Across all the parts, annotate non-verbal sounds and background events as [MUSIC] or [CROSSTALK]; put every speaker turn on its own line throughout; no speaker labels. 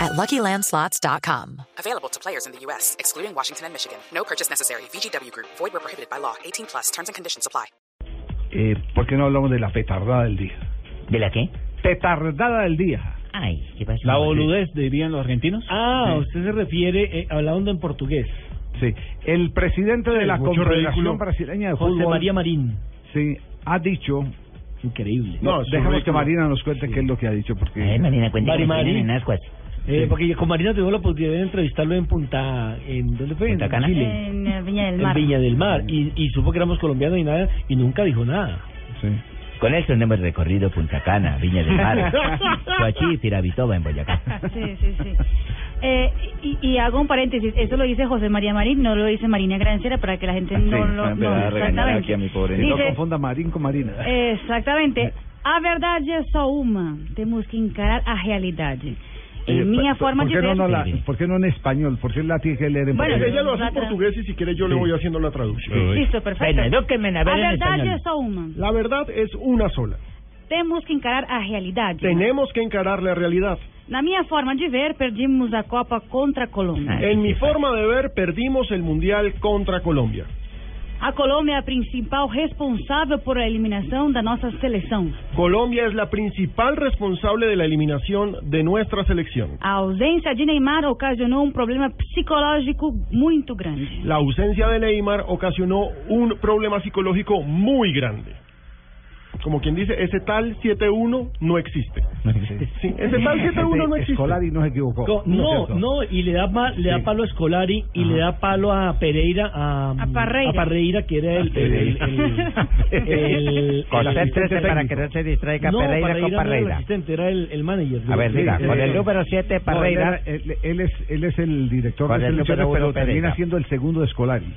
at luckylandslots.com.
Available to players in the U.S., excluding Washington and Michigan. No purchase necessary. VGW Group, void were prohibited by law. 18 plus terms and conditions apply.
Eh, ¿Por qué no hablamos de la petardada del día?
¿De la qué?
Petardada del día.
Ay, ¿qué pasó?
La boludez, dirían los argentinos.
Ah,
Sí.
usted se refiere eh, hablando en portugués.
Sí. El presidente de la
mucho
Confederación
ridículo.
Brasileña de
José
Fútbol
María Marín.
sí, ha dicho...
Increíble.
No,
es un
dejamos que
ridículo.
Marina nos cuente qué es lo que ha dicho,
A
porque...
ver, Marina, cuéntame.
Mari,
¿cómo
Mari.
tienen en Ascuas?
Eh, Porque con Marina tuvimos la oportunidad de entrevistarlo en Punta... ¿En dónde fue?
¿Punta
en
Cana?
Chile.
En eh, Viña del
En
Mar. [LAUGHS]
Viña del Mar. Y, y supo que éramos colombianos y nada, y nunca dijo nada.
Sí.
Con él tenemos recorrido Punta Cana, Viña del Mar, Coachí, Tirabitoba en Boyacá.
Ah, Sí, sí, sí. Eh, y, y hago un paréntesis, eso lo dice José María Marín, no lo dice Marina Granciera para que la gente no
Ah, Sí,
lo...
va a empezar
no,
a regañar
exactamente.
aquí a mi eh,
pobre
Y no
Dice-
confunda Marín con Marina.
Exactamente. A verdade é só uma. Temos que encarar a realidade. É
Eh,
minha
por-
forma
¿por
de
qué no,
ver.
no la- ¿Por qué no en español? ¿Por qué la tiene que leer en
Bueno,
portugués?
ella lo hace en portugués
y si quiere yo
le voy
haciendo la traducción.
Listo, perfecto.
Bueno, edúquenme a ver en
verdade é
español.
só uma.
La verdad es una sola.
Temos que encarar a realidade.
Tenemos que encarar la realidad.
Na minha forma de ver, perdemos a Copa contra a Colômbia.
Ay,
En mi
qué
forma de ver, perdimos el Mundial contra Colombia.
Ah.
A Colômbia é a principal responsável por a eliminação da nossa seleção.
Colombia es la principal responsable de la eliminación de nuestra selección.
A ausência de Neymar ocasionou um problema psicológico muito grande.
La ausencia de Neymar ocasionó un problema psicológico muy grande. Como quien dice, ese tal 7-1 no existe. Sí, ese tal 7-1 no existe.
Escolari nos equivocó.
Co-
¿no
No,
es cierto?
no, y le da, ma- le da
Sí.
palo a Scolari y le da palo a Pereira, a, mm,
A Parreira.
a Parreira, que era el... el, el,
[LAUGHS]
el-
Eh,
[LAUGHS]
el-
Concéntrese para que no se distraiga
no,
Pereira
Parreira
con
no era el
Parreira.
asistente, era el, el manager.
A ver, diga,
Sí,
con
sí,
el
sí.
número 7
No, él,
Parreira,
él- él es, él es el director
Con
de
el
selecciones,
número uno,
pero termina
Pereira.
siendo el segundo de Scolari.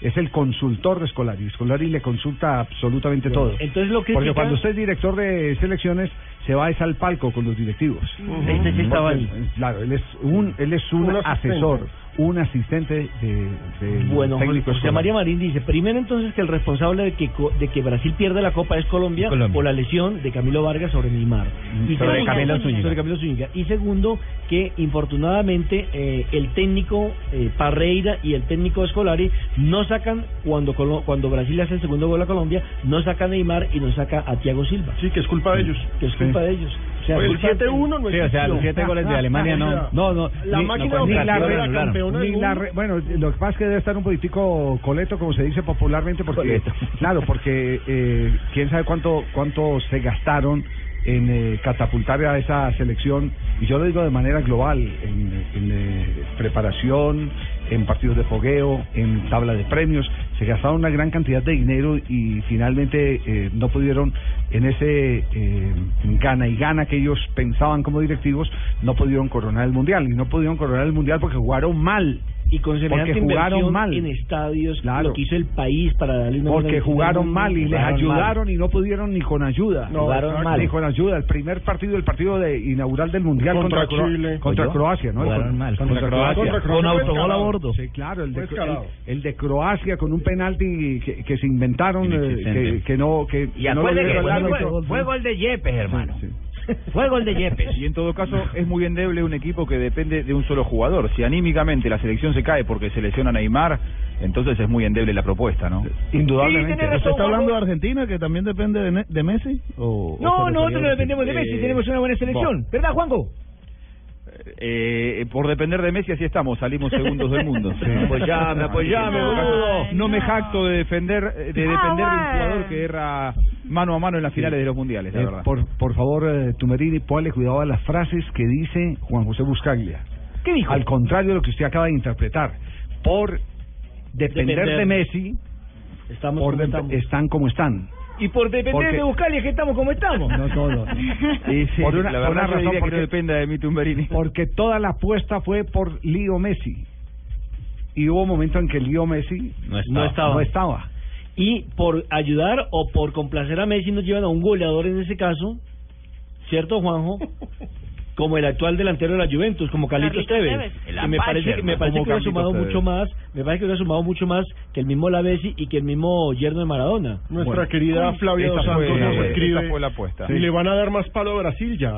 Es el consultor de Scolari. Scolari le consulta absolutamente todo.
Entonces lo
Porque
critica-
cuando usted es director de selecciones, se va es al palco con los directivos.
Mm.
Este sí estaba
Porque,
ahí.
Claro, él es un, él es un,
Un asistente.
asesor, un asistente de, del
Bueno,
técnico
José María
Scolari.
Marín dice, primero entonces que el responsable de que, co- de que Brasil pierda la Copa es Colombia,
Colombia.
por la lesión de Camilo Vargas sobre Neymar.
Mm.
Y
Sobre
segundo-
Camilo Zúñiga.
sobre Camilo Zúñiga. Y segundo, que infortunadamente eh, el técnico eh, Parreira y el técnico Escolari no sacan, cuando, Colo- cuando Brasil hace el segundo gol a Colombia, no saca a Neymar y no saca a Thiago Silva.
Sí, que es culpa de ellos.
Que es culpa de ellos. O sea,
el
culpa-
7-1 no existe.
Sí, o sea, los siete goles
[LAUGHS]
de Alemania no. No, no.
La
ni-
máquina
no,
de
ni la
operativa
red
era
anularon.
campeona del
Ni la
mundo.
re- bueno, lo que pasa es que debe estar un poquitico coleto, como se dice popularmente, porque
Coleto.
[LAUGHS] claro, porque eh, quién sabe cuánto cuánto se gastaron en eh, catapultar a esa selección y yo lo digo de manera global en, en, eh, preparación, en partidos de fogueo, en tabla de premios, se gastaron una gran cantidad de dinero y finalmente eh, no pudieron en ese eh, gana y gana que ellos pensaban como directivos no pudieron coronar el mundial y no pudieron coronar el mundial porque jugaron mal
Y con semejante
Porque jugaron
inversión
mal.
en estadios,
Claro.
lo que hizo el país para darle una buena
porque
visibilidad al
jugaron
mundo,
mal y les
jugaron mal.
ayudaron y no pudieron ni con ayuda.
No, Jugaron
Exacto.
mal.
Ni con ayuda. El primer partido, el partido de inaugural del Mundial contra,
Contra
Cro-
Chile.
Contra
Oye,
Croacia, ¿no?
jugaron
Con-
mal.
Contra,
Contra
Croacia.
Contra Croacia
Con
fue
autogol a
escalado.
bordo. Sí, claro. El de,
Fue escalado.
el- el de Croacia con un penalti que, que se inventaron, eh,
Inexistente.
que, que no... Que,
Y
que no lo
acuérdese
vieron
que
el
fue,
árbitro.
gol- fue gol de Yepes, hermano.
Sí,
Fue gol de Yepes.
Y en todo caso, es muy endeble un equipo que depende de un solo jugador. Si anímicamente la selección se cae porque se lesiona Neymar, entonces es muy endeble la propuesta, ¿no?
Indudablemente.
¿Usted está hablando de
Argentina, que también depende de, Messi?
No, nosotros este, no dependemos de Messi, tenemos una buena selección. ¿Verdad, Juanjo?
Eh, por depender de Messi, así estamos, salimos segundos del
[LAUGHS]
mundo.
Apoyame, apoyame, boludo.
No me jacto de defender eh, de depender
Ah,
de un
bueno.
jugador que erra mano a mano en las finales de los mundiales, la
Eh,
verdad.
por, por favor, eh, Tumerini, póngale cuidado a las frases que dice Juan José Buscaglia.
¿Qué dijo?
Al contrario de lo que usted acaba de interpretar. Por depender,
Depender.
de Messi,
Estamos
por
como
de-
estamos.
están como están.
Y por depender
Porque-
de Buscalia que estamos como estamos.
No todos.
Y sí,
por una-
la
por
verdad
una
yo
razón,
diría
porque-
que no dependa de mi Tumberini.
Porque toda la apuesta fue por Lío Messi. Y hubo un momento en que Lío Messi
No
estaba.
no estaba.
[LAUGHS] Y por ayudar o por complacer a Messi nos llevan a un goleador en ese caso,
[LAUGHS]
¿cierto, Juanjo? Como el actual delantero de la Juventus, como Carlitos
Carlitos
Tevez.
Tevez.
El
que me parece que me
Apache,
parece
¿no?
que hubiera
Como
sumado
Carlitos
mucho más, me parece que hubiera sumado mucho más que el mismo Lavezzi y que el mismo yerno de Maradona.
Nuestra querida Flavia
esa
Dos Santos
fue-
nos
esa
escribe.
fue la apuesta.
Y le van a dar más palo a Brasil ya.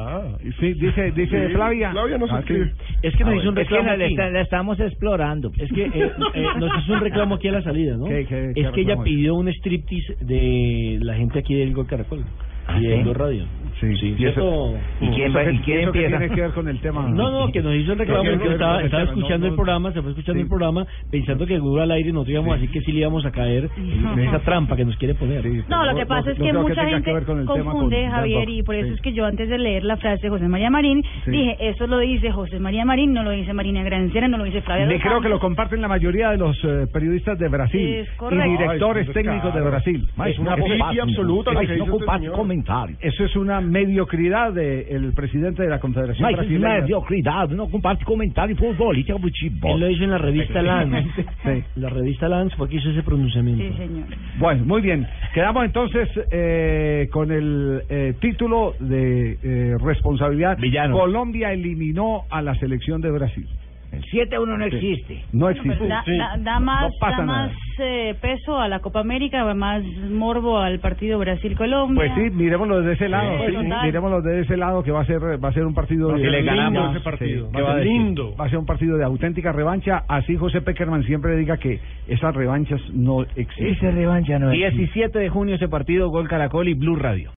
Sí, dice, dice
Sí,
Flavia.
Flavia nos
Ah, sí.
escribe.
Es que nos hizo un
es que
reclamo
la, la
aquí.
está- la estamos explorando.
Es que eh,
[LAUGHS]
eh, nos hizo un reclamo aquí a la salida, ¿no?
¿Qué- qué- qué
es que ella
reclamo es?
pidió un striptease de la gente aquí del Gol Caracol
¿Ah,
y del
sí?
Gol Radio.
Sí, y
¿cierto?
eso-
¿Y quién, va- y
¿Eso
quién
qué
empieza?
tiene que ver con el tema?
No, no, que nos hizo el reclamo,
No, no,
que
no,
estaba,
no,
estaba
no,
escuchando
no,
el programa, se fue escuchando
sí.
el programa, pensando que Google al aire nos íbamos, así que sí le íbamos a caer en
Sí.
esa trampa que nos quiere poner.
Sí,
No,
pero
lo que
no-
pasa
no
es que
creo
mucha
tenga
gente
ver con el tema
confunde,
con-
Javier, y por eso
Sí.
es que yo antes de leer la frase de José María Marín,
Sí.
dije, eso lo dice José María Marín, no lo dice Marina Granciera, no lo dice Flavia.
Le
Dos
creo que lo
Santos.
comparten la mayoría de los eh, periodistas de Brasil
Es
y
correcto.
directores
Ay,
técnicos de
claro.
Brasil.
Es una pifia absoluta lo que dice este señor.
comentario.
Eso es una mediocridad del presidente de la Confederación
No, es
Brasileña.
mediocridad, no comparte comentario futbolístico por
Él lo
fútbol.
hizo en la
Eh,
revista Lance.
Sí.
La revista Lance fue que hizo ese pronunciamiento.
Sí, señor.
Bueno, muy bien. Quedamos entonces eh, con el eh, título de eh, responsabilidad.
Villano.
Colombia eliminó a la selección de Brasil.
El 7-1 no existe.
No
No, pero
existe.
pues da, da- da más,
no pasa
da más
nada.
eh, peso a la Copa América, más morbo al partido Brasil-Colombia.
Pues sí, miremoslo desde ese lado,
Sí,
sí,
total.
miremoslo desde ese lado que va a ser va a ser un partido
Va a
de
ser
le
lindo
ganamos.
ese partido.
Sí,
Va a ser lindo.
Va a ser un partido de auténtica revancha, así José Peckerman siempre diga que esas revanchas no existen.
revancha no
17 de junio ese partido, Gol Caracol y Blue Radio.